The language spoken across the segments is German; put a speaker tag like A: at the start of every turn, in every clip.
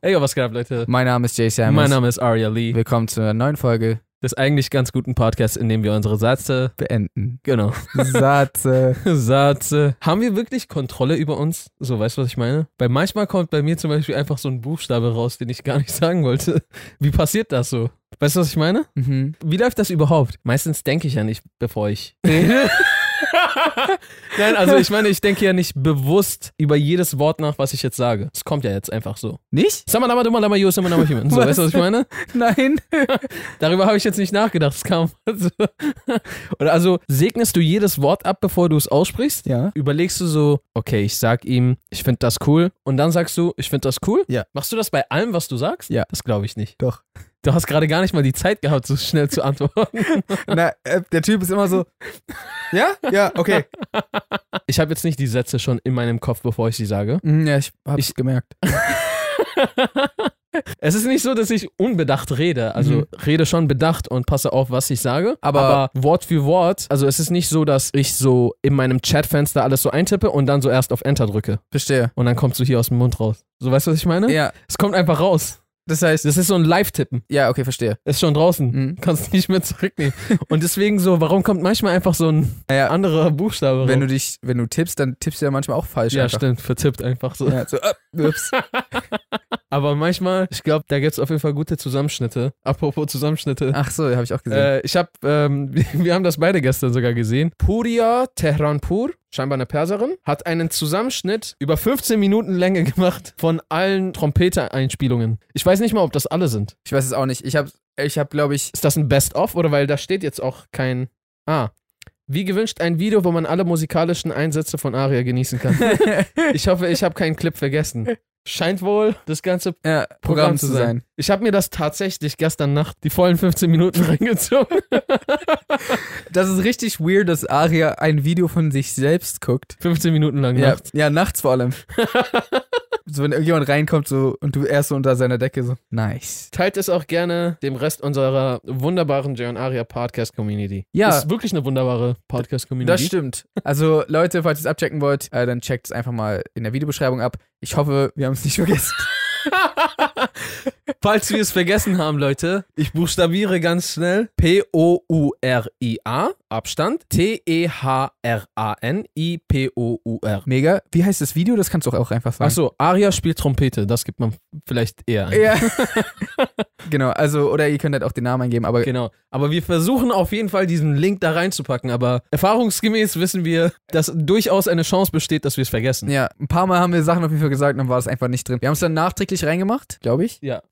A: Ey, was geht ab, Leute?
B: Mein Name ist Jay Samuels.
A: Mein Name ist Aria Lee,
B: Willkommen zu einer neuen Folge.
A: des eigentlich ganz guten Podcasts, in dem wir unsere Sätze,
B: Beenden.
A: genau,
B: Satz. äh,
A: Sätze, haben wir wirklich Kontrolle über uns? So, weißt du, was ich meine? Bei manchmal kommt bei mir zum Beispiel einfach so ein Buchstabe raus, den ich gar nicht sagen wollte. Wie passiert das so? Weißt du, was ich meine?
B: mhm.
A: Wie läuft das überhaupt? Meistens denke ich ja nicht, bevor ich rede. Nein, also ich meine, ich denke ja nicht bewusst über jedes Wort nach, was ich jetzt sage. Es kommt ja jetzt einfach so.
B: Nicht?
A: Samalama, dumalama, yo, samalama, human. So,
B: Was?
A: weißt du, was ich meine?
B: Nein.
A: Darüber habe ich jetzt nicht nachgedacht. Es kam. Also, und also segnest du jedes Wort ab, bevor du es aussprichst?
B: Ja.
A: Überlegst du so, okay, ich sag ihm, ich finde das cool. Und dann sagst du, ich finde das cool?
B: Ja.
A: Machst du das bei allem, was du sagst?
B: Ja.
A: Das glaube ich nicht.
B: Doch.
A: Du hast gerade gar nicht mal die Zeit gehabt, so schnell zu antworten.
B: Na, äh, der Typ ist immer so. Ja? Ja, okay.
A: Ich habe jetzt nicht die Sätze schon in meinem Kopf, bevor ich sie sage.
B: Mhm, ja, ich hab's
A: Ich-
B: gemerkt.
A: Es ist nicht so, dass ich unbedacht rede. Also
B: Mhm.
A: rede schon bedacht und passe auf, was ich sage. Aber,
B: Aber-
A: Wort für Wort, also es ist nicht so, dass ich so in meinem Chatfenster alles so eintippe und dann so erst auf Enter drücke.
B: Verstehe.
A: Und dann kommst du hier aus dem Mund raus. So weißt du, was ich meine?
B: Ja,
A: Es kommt einfach raus.
B: das heißt.
A: Das ist so ein Live-Tippen.
B: Ja, okay, verstehe.
A: Ist schon draußen.
B: Mhm.
A: Kannst nicht mehr zurücknehmen. und deswegen so, warum kommt manchmal einfach so ein
B: Naja,
A: anderer Buchstabe
B: wenn du
A: raus?
B: dich, wenn du tippst, dann tippst du ja manchmal auch falsch.
A: Ja,
B: einfach.
A: stimmt. Vertippt einfach so.
B: Ja, so, äh, ups.
A: Aber manchmal, ich glaube, da gibt's auf jeden Fall gute Zusammenschnitte. Apropos Zusammenschnitte.
B: Ach so, habe ich auch gesehen.
A: Äh, ich habe, ähm, wir haben das beide gestern sogar gesehen. Puria Tehranpur, scheinbar eine Perserin, hat einen Zusammenschnitt über 15 Minuten Länge gemacht von allen Trompete-Einspielungen. Ich weiß nicht mal, ob das alle sind.
B: Ich weiß es auch nicht. Ich habe, ich habe, glaube ich,
A: Ist das ein Best-of oder weil da steht jetzt auch kein. Ah. Wie gewünscht, ein Video, wo man alle musikalischen Einsätze von Aria genießen kann. Ich hoffe, ich habe keinen Clip vergessen. Scheint wohl das ganze
B: ja, Programm, zu sein.
A: Ich habe mir das tatsächlich gestern Nacht die vollen 15 Minuten reingezogen.
B: Das ist richtig weird, dass Aria ein Video von sich selbst guckt.
A: 15 Minuten lang ne?
B: Ja,
A: nachts.
B: ja, nachts vor allem. so, wenn irgendjemand reinkommt so, und du erst so unter seiner Decke so. Nice.
A: Teilt es auch gerne dem Rest unserer wunderbaren Jay und Aria Podcast Community.
B: Ja.
A: Ist wirklich eine wunderbare Podcast Community.
B: Das stimmt. Also, Leute, falls ihr es abchecken wollt, äh, dann checkt es einfach mal in der Videobeschreibung ab. Ich hoffe, wir haben es nicht vergessen.
A: Falls wir es vergessen haben, Leute, ich buchstabiere ganz schnell. P-O-U-R-I-A, Abstand. E T-E-H-R-A-N-I-P-O-U-R.
B: Mega. Wie heißt das Video? Das kannst du auch einfach sagen.
A: Achso, Aria spielt Trompete. Das gibt man vielleicht eher ein.
B: Ja. genau, also, oder ihr könnt halt auch den Namen eingeben, aber
A: Genau. Aber wir versuchen auf jeden Fall diesen Link da reinzupacken. Aber erfahrungsgemäß wissen wir, dass durchaus eine Chance besteht, dass wir es vergessen.
B: ja, ein paar Mal haben wir Sachen auf jeden Fall gesagt und dann war das einfach nicht drin. Wir haben es dann nachträglich reingemacht, glaube ich.
A: Ja.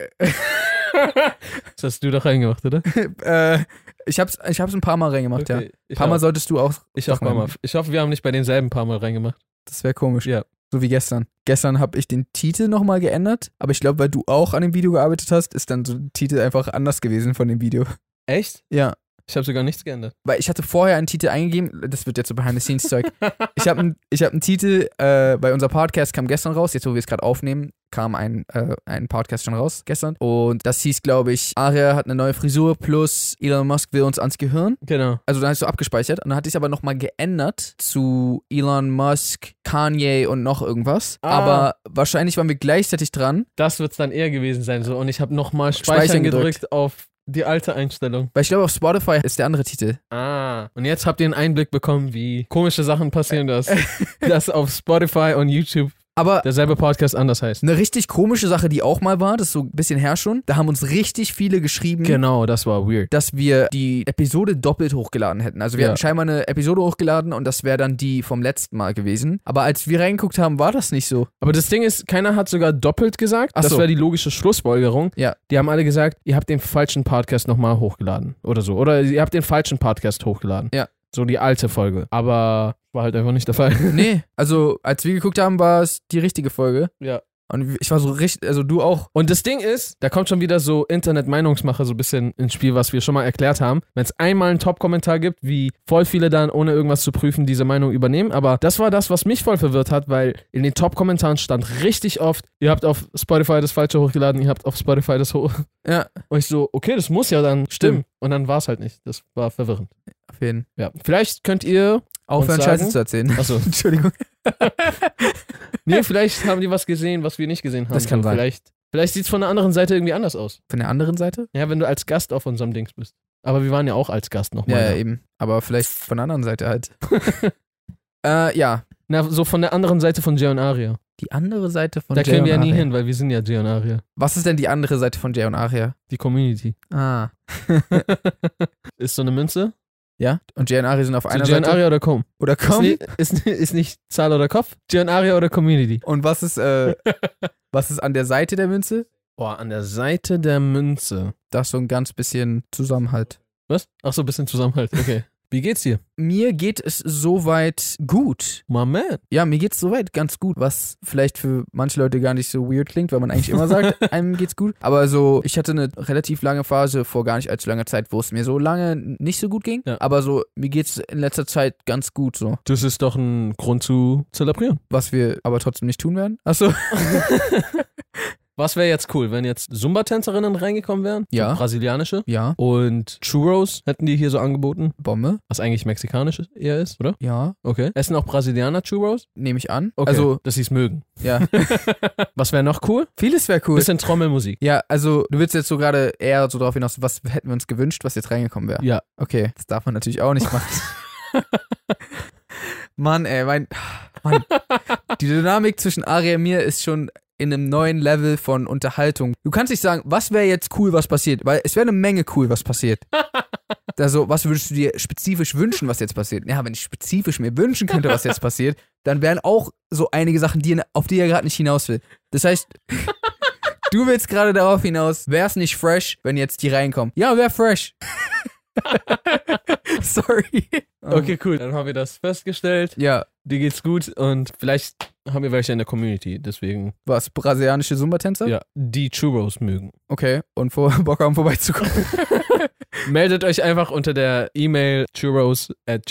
A: das hast du doch reingemacht, oder?
B: äh, ich hab's, ich hab's ein paar Mal reingemacht, ja. Ein
A: Ich
B: paar Mal
A: hoffe,
B: solltest du auch.
A: ich, hoffe,
B: doch mal.
A: Mama, ich hoffe, wir haben nicht bei denselben paar Mal reingemacht.
B: Das wäre komisch.
A: Ja.
B: So wie gestern. Gestern habe ich den Titel nochmal geändert, aber ich glaube, weil du auch an dem Video gearbeitet hast, ist dann so der Titel einfach anders gewesen von dem Video.
A: Echt?
B: Ja.
A: Ich habe sogar nichts geändert.
B: Weil ich hatte vorher einen Titel eingegeben, das wird jetzt so Behind-the-Scenes-Zeug. ich habe einen ich hab einen Titel, äh, weil unser Podcast kam gestern raus, jetzt wo wir es gerade aufnehmen, kam ein, äh, ein Podcast schon raus gestern. Und das hieß, glaube ich, Aria hat eine neue Frisur plus Elon Musk will uns ans Gehirn.
A: Genau.
B: Also dann hast du abgespeichert und dann hatte ich es aber nochmal geändert zu Elon Musk, Kanye und noch irgendwas.
A: Ah.
B: Aber wahrscheinlich waren wir gleichzeitig dran,
A: Das wird es dann eher gewesen sein. So. Und ich habe nochmal Speichern,
B: Speichern
A: Speichern gedrückt.
B: gedrückt.
A: auf die alte Einstellung.
B: weil ich glaube auf Spotify ist der andere Titel.
A: Ah. Und jetzt habt ihr einen Einblick bekommen, wie komische Sachen passieren, dass, dass auf Spotify und YouTube
B: Aber
A: derselbe Podcast anders heißt.
B: eine richtig komische Sache, die auch mal war, das ist so ein bisschen her schon, da haben uns richtig viele geschrieben,
A: Genau, das war weird.
B: dass wir die Episode doppelt hochgeladen hätten. Also wir
A: Ja.
B: hatten scheinbar eine Episode hochgeladen und das wäre dann die vom letzten Mal gewesen. Aber als wir reingeguckt haben, war das nicht so.
A: Aber das Ding ist, keiner hat sogar doppelt gesagt.
B: Ach
A: das
B: so.
A: wäre die logische Schlussfolgerung.
B: Ja.
A: Die haben alle gesagt, ihr habt den falschen Podcast nochmal hochgeladen oder so. Oder ihr habt den falschen Podcast hochgeladen.
B: Ja.
A: So die alte Folge. Aber war halt einfach nicht der Fall.
B: Nee, also als wir geguckt haben, war es die richtige Folge.
A: Ja.
B: Und ich war so richtig, also du auch.
A: Und das Ding ist, da kommt schon wieder so Internet-Meinungsmache so ein bisschen ins Spiel, was wir schon mal erklärt haben. Wenn es einmal einen Top-Kommentar gibt, wie voll viele dann, ohne irgendwas zu prüfen, diese Meinung übernehmen. Aber das war das, was mich voll verwirrt hat, weil in den Top-Kommentaren stand richtig oft, ihr habt auf Spotify das Falsche hochgeladen, ihr habt auf Spotify das hoch.
B: Ja,
A: Und ich so, okay, das muss ja dann stimmen.
B: Stimmt.
A: Und dann war es halt nicht. Das war verwirrend.
B: auf jeden Fall.
A: Ja. Vielleicht könnt ihr. also,
B: Aufhören,
A: sagen-
B: Scheiße zu erzählen.
A: Achso.
B: Entschuldigung.
A: Nee, vielleicht haben die was gesehen, was wir nicht gesehen haben.
B: Das kann
A: so,
B: sein.
A: Vielleicht Vielleicht sieht es von der anderen Seite irgendwie anders aus.
B: Von der anderen Seite?
A: Ja, wenn du als Gast auf unserem Dings bist. Aber wir waren ja auch als Gast
B: Ja,
A: nochmal.
B: ja, eben. Aber vielleicht von der anderen Seite halt. äh, ja.
A: Na, so von der anderen Seite von Jay und Aria.
B: Die andere Seite von
A: da
B: Jay
A: können wir ja
B: und
A: nie
B: Aria.
A: hin, weil wir sind ja Jay und Aria.
B: Was ist denn die andere Seite von Jay und Aria?
A: Die Community.
B: Ah.
A: Ist so eine Münze?
B: Ja? Und Jay und Aria sind auf
A: So
B: einer
A: Jay und
B: Seite.
A: Aria oder Com?
B: Oder
A: Ist,
B: komm.
A: ni- ist, ni- ist nicht Zahl oder Kopf? Jay und Aria oder Community?
B: Und was ist, äh, was ist an der Seite der Münze?
A: Boah, an der Seite der Münze.
B: Da ist so ein ganz bisschen Zusammenhalt.
A: Was? Ach so, ein bisschen Zusammenhalt. Okay. Wie geht's dir?
B: Mir geht es soweit gut.
A: My man.
B: Ja, mir geht's soweit ganz gut, was vielleicht für manche Leute gar nicht so weird klingt, weil man eigentlich immer sagt, einem geht's gut. Aber so, ich hatte eine relativ lange Phase vor gar nicht allzu langer Zeit, wo es mir so lange nicht so gut ging.
A: Ja.
B: Aber so, mir geht's in letzter Zeit ganz gut so.
A: Das ist doch ein Grund zu zelebrieren.
B: Was wir aber trotzdem nicht tun werden. Achso.
A: Was wäre jetzt cool, wenn jetzt Zumba-Tänzerinnen reingekommen wären?
B: Ja.
A: So brasilianische.
B: Ja.
A: Und Churros hätten die hier so angeboten,
B: Bombe.
A: was eigentlich mexikanisch eher ist, oder?
B: Ja.
A: Okay. Essen auch Brasilianer Churros?
B: Nehme ich an.
A: Okay.
B: Also,
A: dass sie es mögen.
B: ja.
A: Was wäre noch cool?
B: Vieles wäre cool.
A: Bisschen Trommelmusik.
B: Ja, also du willst jetzt so gerade eher so drauf hinaus, was hätten wir uns gewünscht, was jetzt reingekommen wäre.
A: Ja.
B: Okay, das darf man natürlich auch nicht machen. Mann, ey, mein. Mann. Die Dynamik zwischen Ari und mir ist schon in einem neuen Level von Unterhaltung. Du kannst nicht sagen, was wäre jetzt cool, was passiert, weil es wäre eine Menge cool, was passiert. Also, was würdest du dir spezifisch wünschen, was jetzt passiert? Ja, wenn ich spezifisch mir wünschen könnte, was jetzt passiert, dann wären auch so einige Sachen, die, auf die er gerade nicht hinaus will. Das heißt, Du willst gerade darauf hinaus, wär's nicht fresh, wenn jetzt die reinkommen. Ja, wär fresh. Sorry.
A: Okay, cool. Dann haben wir das festgestellt.
B: Ja,
A: Dir geht's gut und vielleicht haben wir welche in der Community, deswegen.
B: was? Brasilianische Zumba-Tänzer?
A: Ja. Die Churros mögen.
B: Okay, und vor, Bock haben vorbeizukommen.
A: Meldet euch einfach unter der E-Mail churros at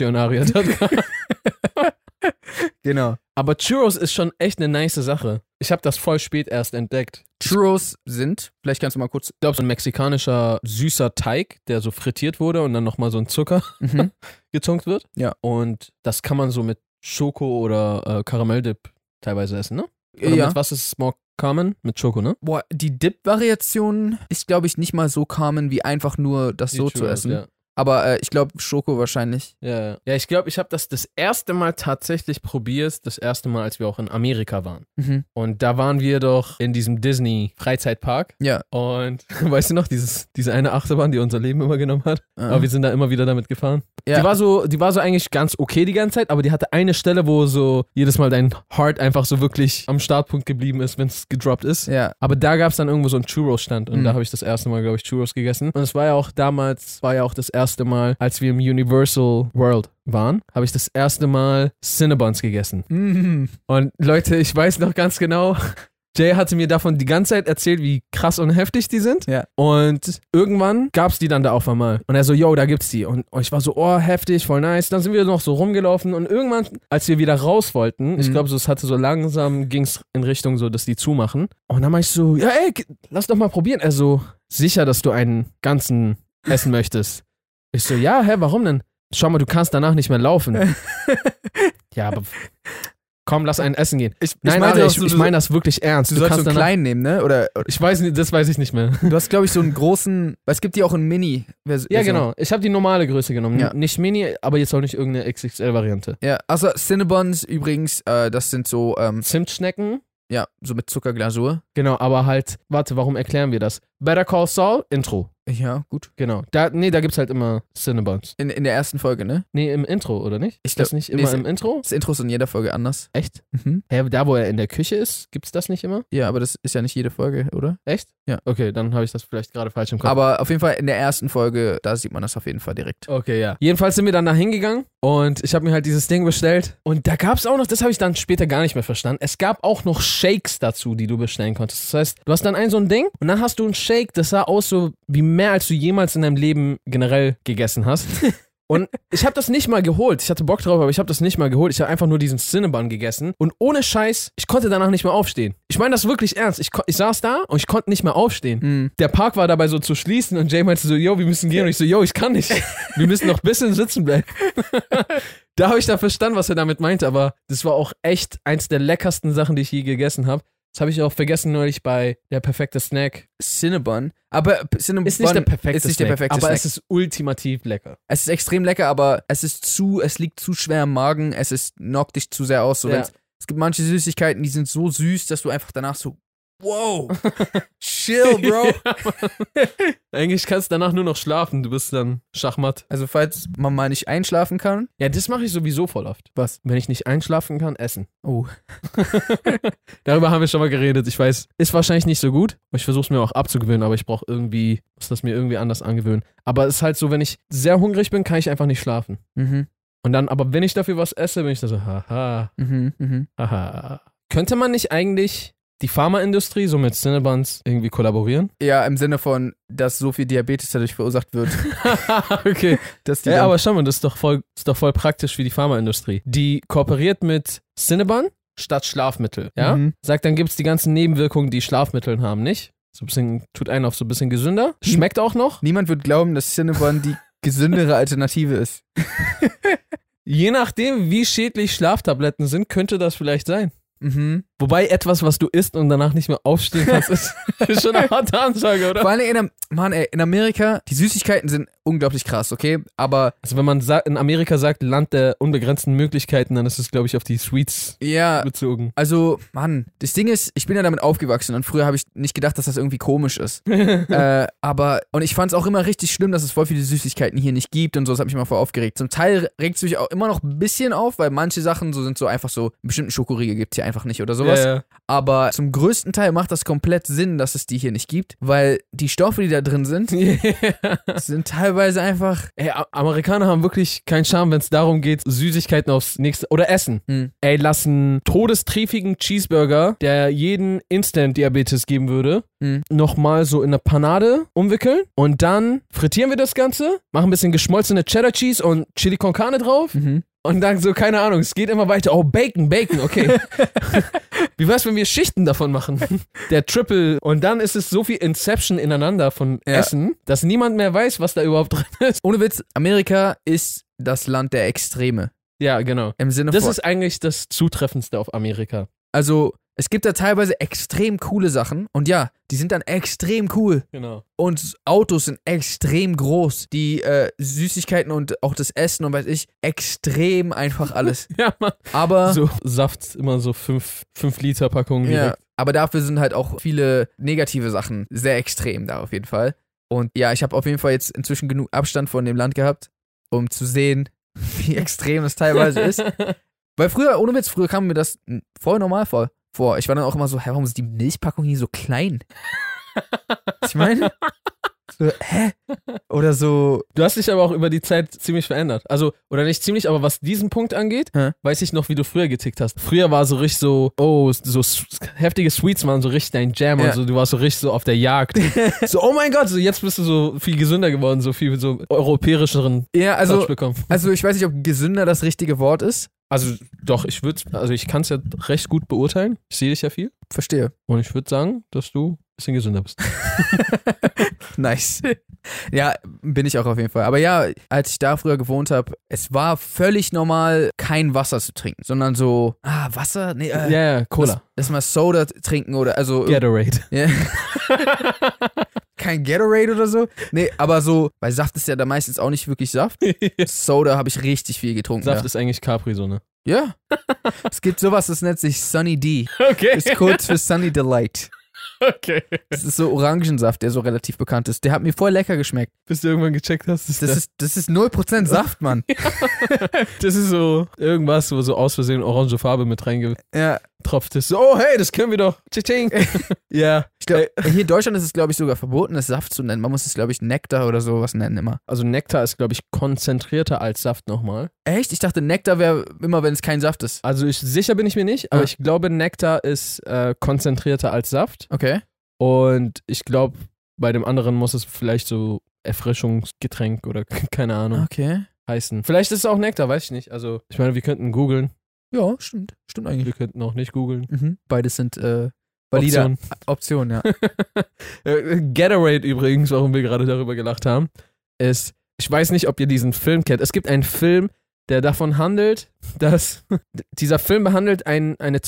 B: genau.
A: Aber Churros ist schon echt eine nice Sache. Ich habe das voll spät erst entdeckt.
B: Churros sind, vielleicht kannst du mal kurz.
A: Ich glaube, so ein mexikanischer süßer Teig, der so frittiert wurde und dann nochmal so ein Zucker
B: Mhm.
A: getunkt wird.
B: Ja.
A: Und das kann man so mit Schoko oder äh, Karamell-Dip teilweise essen, ne? Oder
B: Äh, ja.
A: mit was ist es more common? Mit Schoko, ne?
B: Boah, die Dip-Variation ist, glaube ich, nicht mal so common, wie einfach nur das so
A: Die
B: zu
A: Churros,
B: essen.
A: Ja,
B: Aber äh, ich glaube, Schoko wahrscheinlich.
A: ja, ja. ja ich glaube, ich habe das das erste Mal tatsächlich probiert, das erste Mal, als wir auch in Amerika waren.
B: Mhm.
A: Und da waren wir doch in diesem Disney-Freizeitpark.
B: Ja.
A: Und weißt du noch, dieses, diese eine Achterbahn, die unser Leben immer genommen hat?
B: äh,
A: Aber wir sind da immer wieder damit gefahren.
B: Ja.
A: Die, war so, die war so eigentlich ganz okay die ganze Zeit, aber die hatte eine Stelle, wo so jedes Mal dein Heart einfach so wirklich am Startpunkt geblieben ist, wenn es gedroppt ist.
B: ja.
A: Aber da gab es dann irgendwo so einen Churros-Stand und
B: Mhm.
A: da habe ich das erste Mal, glaube ich, Churros gegessen. Und es war ja auch damals, war ja auch das erste Mal, als wir im Universal World waren, habe ich das erste Mal Cinnabons gegessen.
B: Mhm.
A: Und Leute, ich weiß noch ganz genau, Jay hatte mir davon die ganze Zeit erzählt, wie krass und heftig die sind.
B: Ja.
A: Und irgendwann gab's die dann da auf einmal. Und er so, yo, da gibt's die. Und ich war so, oh, heftig, voll nice. Dann sind wir noch so rumgelaufen und irgendwann, als wir wieder raus wollten, ich
B: Mhm.
A: glaube, so, es hatte so langsam, ging's in Richtung so, dass die zumachen. Und dann meinte ich so, ja, ey, g- lass doch mal probieren. Er so, sicher, dass du einen ganzen essen möchtest. Ich so, ja, hä, warum denn? Schau mal, du kannst danach nicht mehr laufen. ja, aber komm, lass einen essen gehen.
B: Ich, ich
A: Nein,
B: meinte
A: Ari,
B: auch
A: ich,
B: so,
A: ich
B: du-
A: meine das wirklich ernst.
B: du sollst so
A: kannst
B: einen
A: danach,
B: kleinen nehmen, ne? Oder,
A: ich weiß nicht, das weiß ich nicht mehr.
B: Du hast, glaube ich, so einen großen, weil es gibt ja auch einen Mini.
A: Ja, genau. Ich habe die normale Größe genommen.
B: Ja.
A: Nicht Mini, aber jetzt auch nicht irgendeine XXL-Variante.
B: Ja, also Cinnabons übrigens, äh, das sind so, ähm,
A: Zimtschnecken.
B: ja, so mit Zuckerglasur.
A: Genau, aber halt, warte, warum erklären wir das? Better Call Saul, Intro.
B: Ja, gut.
A: Genau. Da, nee, da gibt's halt immer Cinnabons.
B: In, in der ersten Folge, ne?
A: Nee, im Intro, oder nicht?
B: Ich
A: Ist das
B: glaub-
A: nicht
B: nee,
A: immer
B: ist-
A: im Intro?
B: Das Intro ist in jeder Folge anders.
A: Echt?
B: Mhm.
A: Hä, da, wo er in der Küche ist, gibt's das nicht immer?
B: Ja, aber das ist ja nicht jede Folge, oder?
A: Echt?
B: Ja.
A: Okay, dann habe ich das vielleicht gerade falsch im Kopf.
B: Aber auf jeden Fall in der ersten Folge, da sieht man das auf jeden Fall direkt.
A: Okay, ja. Jedenfalls sind wir dann da hingegangen und ich habe mir halt dieses Ding bestellt. Und da gab es auch noch, das habe ich dann später gar nicht mehr verstanden, es gab auch noch Shakes dazu, die du bestellen konntest. Das heißt, du hast dann ein so ein Ding und dann hast du ein Shake, das sah aus so wie mehr, als du jemals in deinem Leben generell gegessen hast. Und ich habe das nicht mal geholt. Ich hatte Bock drauf, aber ich habe das nicht mal geholt. Ich habe einfach nur diesen Cinnabon gegessen. Und ohne Scheiß, ich konnte danach nicht mehr aufstehen. Ich meine das wirklich ernst. Ich, ko- ich saß da und ich konnte nicht mehr aufstehen
B: Mhm.
A: der Park war dabei so zu schließen und Jay meinte so, yo, wir müssen gehen. Und ich so, yo, ich kann nicht. Wir müssen noch ein bisschen sitzen bleiben. da habe ich dann verstanden, was er damit meinte, aber das war auch echt eins der leckersten Sachen, die ich je gegessen habe. Das habe ich auch vergessen neulich bei der perfekte Snack.
B: Cinnabon. Aber P- Cinnabon
A: Ist nicht der perfekte
B: ist nicht der
A: Snack,
B: perfekte
A: aber
B: Snack.
A: es ist ultimativ lecker.
B: es ist extrem lecker, aber es ist zu, es liegt zu schwer im Magen, es ist, knockt dich zu sehr aus. So
A: Ja.
B: wenn's- Es gibt manche Süßigkeiten, die sind so süß, dass du einfach danach so, wow, chill, bro.
A: Eigentlich kannst du danach nur noch schlafen, du bist dann Schachmatt.
B: Also falls man mal nicht einschlafen kann,
A: Ja, das mache ich sowieso voll oft.
B: was?
A: Wenn ich nicht einschlafen kann, essen.
B: Oh,
A: Darüber haben wir schon mal geredet. Ich weiß, ist wahrscheinlich nicht so gut. Ich versuche es mir auch abzugewöhnen, aber ich brauche irgendwie, muss das mir irgendwie anders angewöhnen. Aber es ist halt so, wenn ich sehr hungrig bin, kann ich einfach nicht schlafen.
B: mhm,
A: Und dann, aber wenn ich dafür was esse, bin ich dann so, haha,
B: mhm, mhm.
A: haha. Könnte man nicht eigentlich die Pharmaindustrie so mit Cinnabons irgendwie kollaborieren?
B: Ja, im Sinne von, dass so viel Diabetes dadurch verursacht wird,
A: okay.
B: dass die
A: Ja,
B: dann, Mhm.
A: aber schau mal, das ist doch voll, ist doch voll praktisch für die Pharmaindustrie. Die kooperiert mit Cinnabon statt Schlafmittel. Ja?
B: Mhm.
A: Sagt, dann gibt's die ganzen Nebenwirkungen, die Schlafmitteln haben, nicht? So ein bisschen, tut einen auf so ein bisschen gesünder.
B: Mhm.
A: Schmeckt auch noch.
B: Niemand wird glauben, dass Cinnabon die gesündere Alternative ist.
A: Je nachdem, wie schädlich Schlaftabletten sind, könnte das vielleicht sein.
B: Mhm.
A: Wobei etwas, was du isst und danach nicht mehr aufstehen kannst, ist ist schon eine harte Ansage, oder?
B: Vor allem in, Am- Mann, ey, in Amerika, die Süßigkeiten sind unglaublich krass, okay? Aber
A: Also wenn man sa- in Amerika sagt, Land der unbegrenzten Möglichkeiten, dann ist es, glaube ich, auf die Sweets
B: ja,
A: bezogen.
B: Also, Mann, das Ding ist, ich bin ja damit aufgewachsen und früher habe ich nicht gedacht, dass das irgendwie komisch ist. äh, aber, und ich fand es auch immer richtig schlimm, dass es voll viele Süßigkeiten hier nicht gibt und so, das hat mich immer voll aufgeregt. Zum Teil regt es mich auch immer noch ein bisschen auf, weil manche Sachen so sind so einfach so, einen bestimmten Schokoriegel gibt es hier einfach nicht oder sowas.
A: Ja, ja.
B: Aber zum größten Teil macht das komplett Sinn, dass es die hier nicht gibt, weil die Stoffe, die da drin sind, sind teilweise einfach.
A: Ey, A- Amerikaner haben wirklich keinen Charme, wenn es darum geht, Süßigkeiten aufs nächste oder Essen.
B: Hm.
A: Ey, lassen todestriefigen Cheeseburger, der jeden Instant-Diabetes geben würde,
B: Hm.
A: nochmal so in eine Panade umwickeln und dann frittieren wir das Ganze, machen ein bisschen geschmolzene Cheddar Cheese und Chili con Carne drauf
B: Mhm.
A: und dann so, keine Ahnung, es geht immer weiter. Oh, Bacon, Bacon, okay. Wie wär's, wenn wir Schichten davon machen? Der Triple. Und dann ist es so viel Inception ineinander von
B: Ja.
A: Essen, dass niemand mehr weiß, was da überhaupt drin ist.
B: Ohne Witz, Amerika ist das Land der Extreme.
A: Ja, genau.
B: Im Sinne
A: Das
B: von.
A: ist eigentlich das Zutreffendste auf Amerika.
B: Also, es gibt da teilweise extrem coole Sachen. Und ja, die sind dann extrem cool.
A: Genau.
B: Und Autos sind extrem groß. Die äh, Süßigkeiten und auch das Essen und weiß ich, extrem einfach alles.
A: Ja, Mann.
B: Aber,
A: So Saft, immer so 5 Liter Packungen
B: Ah. ja,
A: direkt.
B: aber dafür sind halt auch viele negative Sachen sehr extrem da auf jeden Fall. Und ja, ich habe auf jeden Fall jetzt inzwischen genug Abstand von dem Land gehabt, um zu sehen, wie extrem es teilweise also ist. Weil früher, ohne Witz, früher kam mir das n- voll normal vor. vor. Ich war dann auch immer so, hä, warum ist die Milchpackung hier so klein? ich meine, so, hä? Oder so,
A: Du hast dich aber auch über die Zeit ziemlich verändert. Also, oder nicht ziemlich, aber was diesen Punkt angeht,
B: Hä?
A: weiß ich noch, wie du früher getickt hast. Früher war so richtig so, oh, so s- heftige Sweets waren so richtig dein Jam
B: Ja.
A: und so, du warst so richtig so auf der Jagd. so, oh mein Gott, so jetzt bist du so viel gesünder geworden, so viel so europäischeren
B: ja,
A: Touch
B: also,
A: bekommen.
B: also ich weiß nicht, ob gesünder das richtige Wort ist.
A: Also, doch, ich würde, also ich kann es ja recht gut beurteilen. Ich sehe dich ja viel.
B: Verstehe.
A: Und ich würde sagen, dass du ein bisschen gesünder bist.
B: Nice. ja, bin ich auch auf jeden Fall. Aber ja, als ich da früher gewohnt habe, es war völlig normal, kein Wasser zu trinken, sondern so, ah, Wasser? Nee,
A: Ja,
B: äh,
A: ja, Cola.
B: Lass, lass mal Soda trinken oder, also,
A: Gatorade.
B: Ja. Kein Gatorade oder so. Nee, aber so, weil Saft ist ja da meistens auch nicht wirklich Saft. Soda habe ich richtig viel getrunken.
A: Saft ist eigentlich Capri, so, ne?
B: ja. ja. Es gibt sowas, das nennt sich Sunny D.
A: Okay,
B: Ist kurz für Sunny Delight.
A: okay.
B: Das ist so Orangensaft, der so relativ bekannt ist. Der hat mir voll lecker geschmeckt.
A: Bis du irgendwann gecheckt hast, dass
B: Das ist, das ist 0% Saft, Mann.
A: Das ist so irgendwas, wo so aus Versehen orange Farbe mit reingetropft
B: Ja.
A: ist. So, oh, hey, das können wir doch. Tsching. ja.
B: Ich glaub, hier in Deutschland ist es, glaube ich, sogar verboten, es Saft zu nennen. Man muss es, glaube ich, Nektar oder sowas nennen immer.
A: Also Nektar ist, glaube ich, konzentrierter als Saft nochmal.
B: Echt? Ich dachte, Nektar wäre immer, wenn es kein Saft ist.
A: Also ich, sicher bin ich mir nicht, aber
B: Ja.
A: ich glaube, Nektar ist äh, konzentrierter als Saft.
B: Okay.
A: Und ich glaube, bei dem anderen muss es vielleicht so Erfrischungsgetränk oder keine Ahnung
B: Okay.
A: heißen. Vielleicht ist es auch Nektar, weiß ich nicht. Also ich meine, wir könnten googeln.
B: Ja, stimmt. Stimmt eigentlich.
A: Wir könnten auch nicht googeln.
B: Mhm. Beides sind äh, valide Optionen,
A: Option.
B: ja.
A: Äh, Gatorade übrigens, warum wir gerade darüber gelacht haben, ist, ich weiß nicht, ob ihr diesen Film kennt. Es gibt einen Film, der davon handelt, dass dieser Film behandelt ein, eine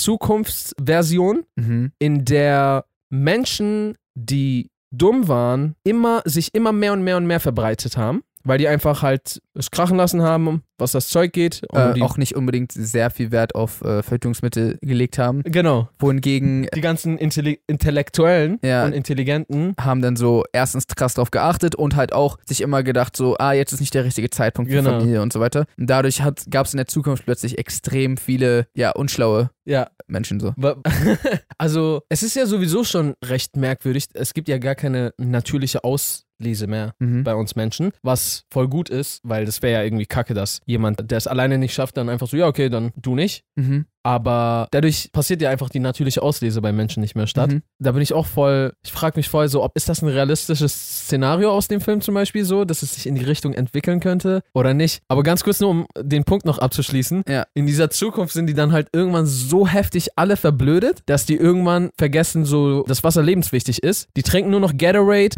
A: Zukunftsversion,
B: Mhm.
A: in der Menschen, die dumm waren, immer sich immer mehr und mehr und mehr verbreitet haben, weil die einfach halt es krachen lassen haben, was das Zeug geht. Und
B: Äh,
A: die,
B: auch nicht unbedingt sehr viel Wert auf äh, Verhütungsmittel gelegt haben.
A: genau.
B: Wohingegen
A: Die ganzen Intelli Intellektuellen
B: Ja.
A: und Intelligenten.
B: haben dann so erstens krass drauf geachtet und halt auch sich immer gedacht so, ah, jetzt ist nicht der richtige Zeitpunkt für
A: Genau.
B: Familie und so weiter. Und dadurch gab es in der Zukunft plötzlich extrem viele, ja, unschlaue
A: Ja,
B: Menschen so.
A: Wa- Also, es ist ja sowieso schon recht merkwürdig. Es gibt ja gar keine natürliche Auslese mehr
B: Mhm.
A: bei uns Menschen, was voll gut ist, weil das wäre ja irgendwie kacke, dass jemand, der es alleine nicht schafft, dann einfach so, ja, okay, dann du nicht.
B: Mhm.
A: Aber dadurch passiert ja einfach die natürliche Auslese bei Menschen nicht mehr statt.
B: Mhm.
A: Da bin ich auch voll, ich frage mich voll so, ob ist das ein realistisches Szenario aus dem Film zum Beispiel so, dass es sich in die Richtung entwickeln könnte oder nicht. Aber ganz kurz nur, um den Punkt noch abzuschließen.
B: Ja.
A: In dieser Zukunft sind die dann halt irgendwann so heftig alle verblödet, dass die irgendwann vergessen, so, dass Wasser lebenswichtig ist. Die trinken nur noch Gatorade.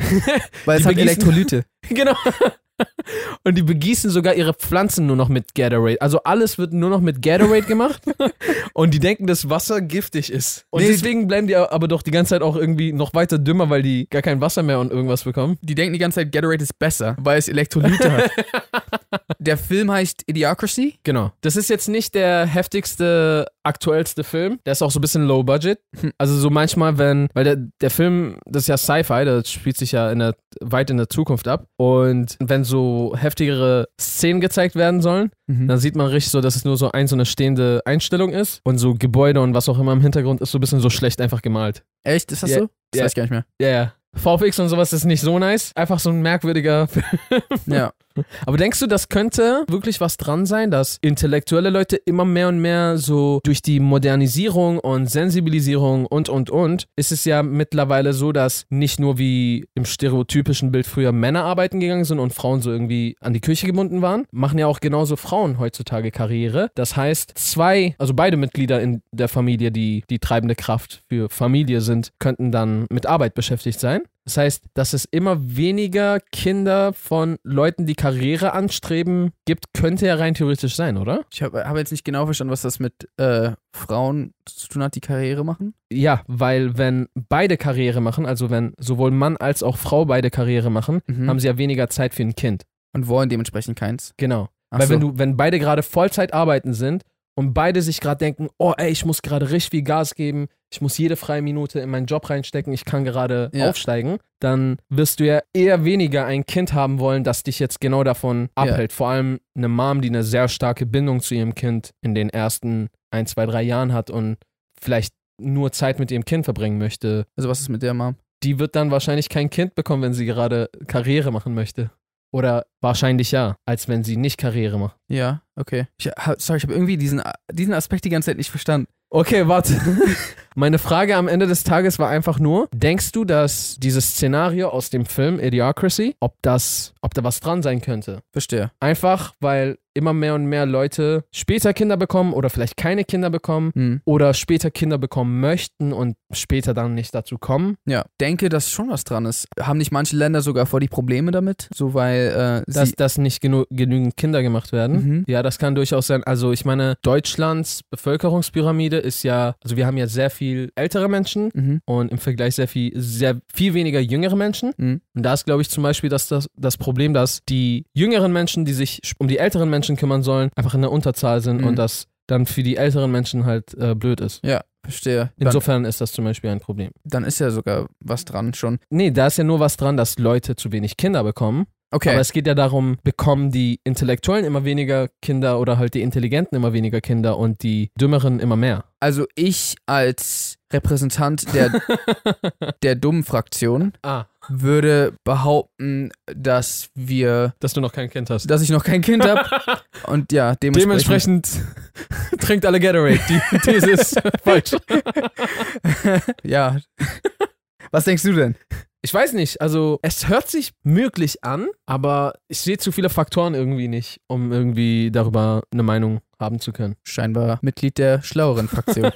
B: Weil
A: Die
B: es hat
A: begießen-
B: Elektrolyte.
A: genau. Und die begießen sogar ihre Pflanzen nur noch mit Gatorade. Also alles wird nur noch mit Gatorade gemacht. und die denken, dass Wasser giftig ist. Und
B: Nee,
A: deswegen bleiben die aber doch die ganze Zeit auch irgendwie noch weiter dümmer, weil die gar kein Wasser mehr und irgendwas bekommen.
B: Die denken die ganze Zeit, Gatorade ist besser, weil es Elektrolyte hat. Der Film heißt Idiocracy.
A: Genau. Das ist jetzt nicht der heftigste, aktuellste Film. Der ist auch so ein bisschen low budget. Also so manchmal, wenn, weil der, der Film, das ist ja Sci-Fi, das spielt sich ja in der, weit in der Zukunft ab. Und wenn so heftigere Szenen gezeigt werden sollen,
B: Mhm.
A: dann sieht man richtig so, dass es nur so ein, so eine stehende Einstellung ist. Und so Gebäude und was auch immer im Hintergrund ist so ein bisschen so schlecht einfach gemalt.
B: Echt, ist das
A: Ja.
B: so? Das
A: Ja.
B: weiß ich gar nicht mehr.
A: Ja, ja. VFX und sowas ist nicht so nice. Einfach so ein merkwürdiger Film.
B: Ja.
A: Aber denkst du, das könnte wirklich was dran sein, dass intellektuelle Leute immer mehr und mehr so durch die Modernisierung und Sensibilisierung und, und, und, ist es ja mittlerweile so, dass nicht nur wie im stereotypischen Bild früher Männer arbeiten gegangen sind und Frauen so irgendwie an die Kirche gebunden waren, machen ja auch genauso Frauen heutzutage Karriere. Das heißt, zwei, also beide Mitglieder in der Familie, die die treibende Kraft für Familie sind, könnten dann mit Arbeit beschäftigt sein. Das heißt, dass es immer weniger Kinder von Leuten, die Karriere anstreben, gibt, könnte ja rein theoretisch sein, oder?
B: Ich habe hab jetzt nicht genau verstanden, was das mit äh, Frauen zu tun hat, die Karriere machen.
A: Ja, weil wenn beide Karriere machen, also wenn sowohl Mann als auch Frau beide Karriere machen,
B: Mhm.
A: haben sie ja weniger Zeit für ein Kind.
B: Und wollen dementsprechend keins.
A: Genau.
B: Ach
A: weil
B: so.
A: wenn du, wenn beide gerade Vollzeit arbeiten sind und beide sich gerade denken, oh ey, ich muss gerade richtig viel Gas geben, ich muss jede freie Minute in meinen Job reinstecken, ich kann gerade
B: Ja.
A: aufsteigen, dann wirst du ja eher weniger ein Kind haben wollen, das dich jetzt genau davon
B: Ja.
A: abhält. Vor allem eine Mom, die eine sehr starke Bindung zu ihrem Kind in den ersten ein, zwei, drei Jahren hat und vielleicht nur Zeit mit ihrem Kind verbringen möchte,
B: Also was ist mit der Mom?
A: die wird dann wahrscheinlich kein Kind bekommen, wenn sie gerade Karriere machen möchte. Oder wahrscheinlich ja, als wenn sie nicht Karriere macht.
B: Ja, okay. Ich, ha- sorry, ich habe irgendwie diesen, diesen Aspekt die ganze Zeit nicht verstanden.
A: Okay, warte. Meine Frage am Ende des Tages war einfach nur, denkst du, dass dieses Szenario aus dem Film Idiocracy, ob das, ob da was dran sein könnte?
B: Verstehe.
A: Einfach, weil immer mehr und mehr Leute später Kinder bekommen oder vielleicht keine Kinder bekommen
B: Hm.
A: oder später Kinder bekommen möchten und später dann nicht dazu kommen.
B: Ja, denke, dass schon was dran ist. Haben nicht manche Länder sogar vor die Probleme damit? So, weil äh,
A: dass,
B: sie...
A: dass nicht genu genügend Kinder gemacht werden.
B: Mhm.
A: Ja, das kann durchaus sein. Also ich meine, Deutschlands Bevölkerungspyramide ist ja, also wir haben ja sehr viel ältere Menschen
B: Mhm.
A: und im Vergleich sehr viel, sehr viel weniger jüngere Menschen.
B: Mhm.
A: Und da ist, glaube ich, zum Beispiel das, das, das Problem, dass die jüngeren Menschen, die sich um die älteren Menschen kümmern sollen, einfach in der Unterzahl sind
B: Mhm.
A: und das dann für die älteren Menschen halt äh, blöd ist.
B: Ja, verstehe. Dann,
A: Insofern ist das zum Beispiel ein Problem.
B: dann ist ja sogar was dran schon.
A: Nee, da ist ja nur was dran, dass Leute zu wenig Kinder bekommen.
B: Okay.
A: Aber es geht ja darum, bekommen die Intellektuellen immer weniger Kinder oder halt die Intelligenten immer weniger Kinder und die Dümmeren immer mehr.
B: Also ich als Repräsentant der, der dummen Fraktion
A: Ah,
B: würde behaupten, dass wir,
A: dass du noch kein Kind hast.
B: dass ich noch kein Kind habe und ja, dementsprechend,
A: Dementsprechend trinkt alle Gatorade. Die These ist falsch.
B: ja. Was denkst du denn?
A: Ich weiß nicht, also es hört sich möglich an, aber ich sehe zu viele Faktoren irgendwie nicht, um irgendwie darüber eine Meinung haben zu können.
B: Scheinbar Mitglied der schlaueren Fraktion.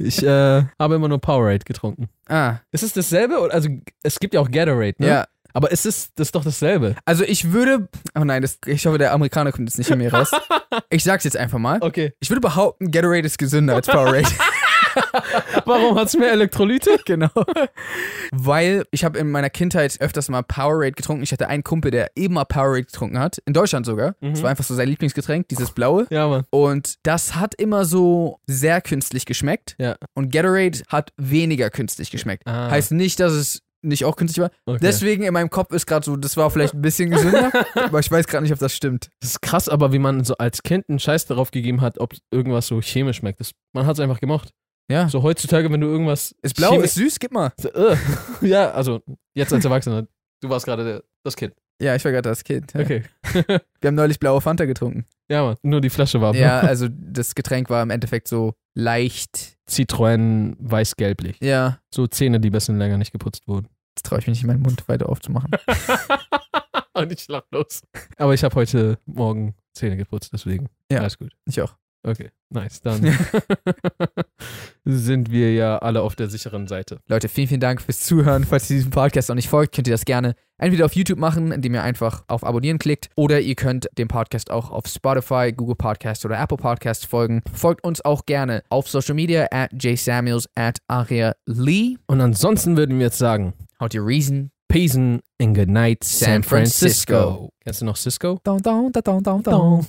A: Ich äh, habe immer nur Powerade getrunken.
B: ah,
A: Ist es dasselbe? Also es gibt ja auch Gatorade, ne?
B: ja.
A: Aber es ist, das ist doch dasselbe.
B: Also ich würde. Oh nein, das, ich hoffe, der Amerikaner kommt jetzt nicht in mir raus. Ich sag's jetzt einfach mal.
A: Okay.
B: Ich würde behaupten, Gatorade ist gesünder als Powerade.
A: Warum hat es mehr Elektrolyte?
B: genau. Weil ich habe in meiner Kindheit öfters mal Powerade getrunken. Ich hatte einen Kumpel, der eben mal Powerade getrunken hat. In Deutschland sogar. Das war einfach so sein Lieblingsgetränk, dieses blaue.
A: Ja, Mann.
B: Und das hat immer so sehr künstlich geschmeckt.
A: Ja.
B: Und Gatorade hat weniger künstlich geschmeckt.
A: Ah.
B: Heißt nicht, dass es nicht auch künstlich war.
A: Okay.
B: Deswegen in meinem Kopf ist gerade so, das war vielleicht ein bisschen gesünder, aber ich weiß gerade nicht, ob das stimmt.
A: Das ist krass, aber wie man so als Kind einen Scheiß darauf gegeben hat, ob irgendwas so chemisch schmeckt. Das, man hat es einfach gemacht.
B: Ja.
A: So heutzutage, wenn du irgendwas.
B: Ist blau,
A: chemisch-
B: ist süß, gib mal.
A: So, äh. ja, also jetzt als Erwachsener. Du warst gerade der, das Kind.
B: Ja, ich war gerade das Kind. Ja.
A: Okay.
B: Wir haben neulich blaue Fanta getrunken.
A: Ja, Mann. Nur die Flasche war ne?
B: Ja, also das Getränk war im Endeffekt so leicht.
A: Zitronen weiß-gelblich.
B: Ja,
A: So Zähne, die ein bisschen länger nicht geputzt wurden.
B: jetzt traue ich mich nicht, meinen Mund weiter aufzumachen.
A: Und ich lach los. Aber ich habe heute Morgen Zähne geputzt, deswegen.
B: Ja.
A: Alles gut.
B: Ich auch.
A: Okay, nice. Dann sind wir ja alle auf der sicheren Seite.
B: Leute, vielen, vielen Dank fürs Zuhören. Falls ihr diesem Podcast noch nicht folgt, könnt ihr das gerne entweder auf YouTube machen, indem ihr einfach auf Abonnieren klickt, oder ihr könnt dem Podcast auch auf Spotify, Google Podcast oder Apple Podcast folgen. Folgt uns auch gerne auf Social Media at jsamuels at aria lee.
A: Und ansonsten würden wir jetzt sagen,
B: Haut ihr Reason?
A: Peace and good night,
B: San Francisco.
A: Kennst du noch Cisco?
B: Down, down, down, down, down.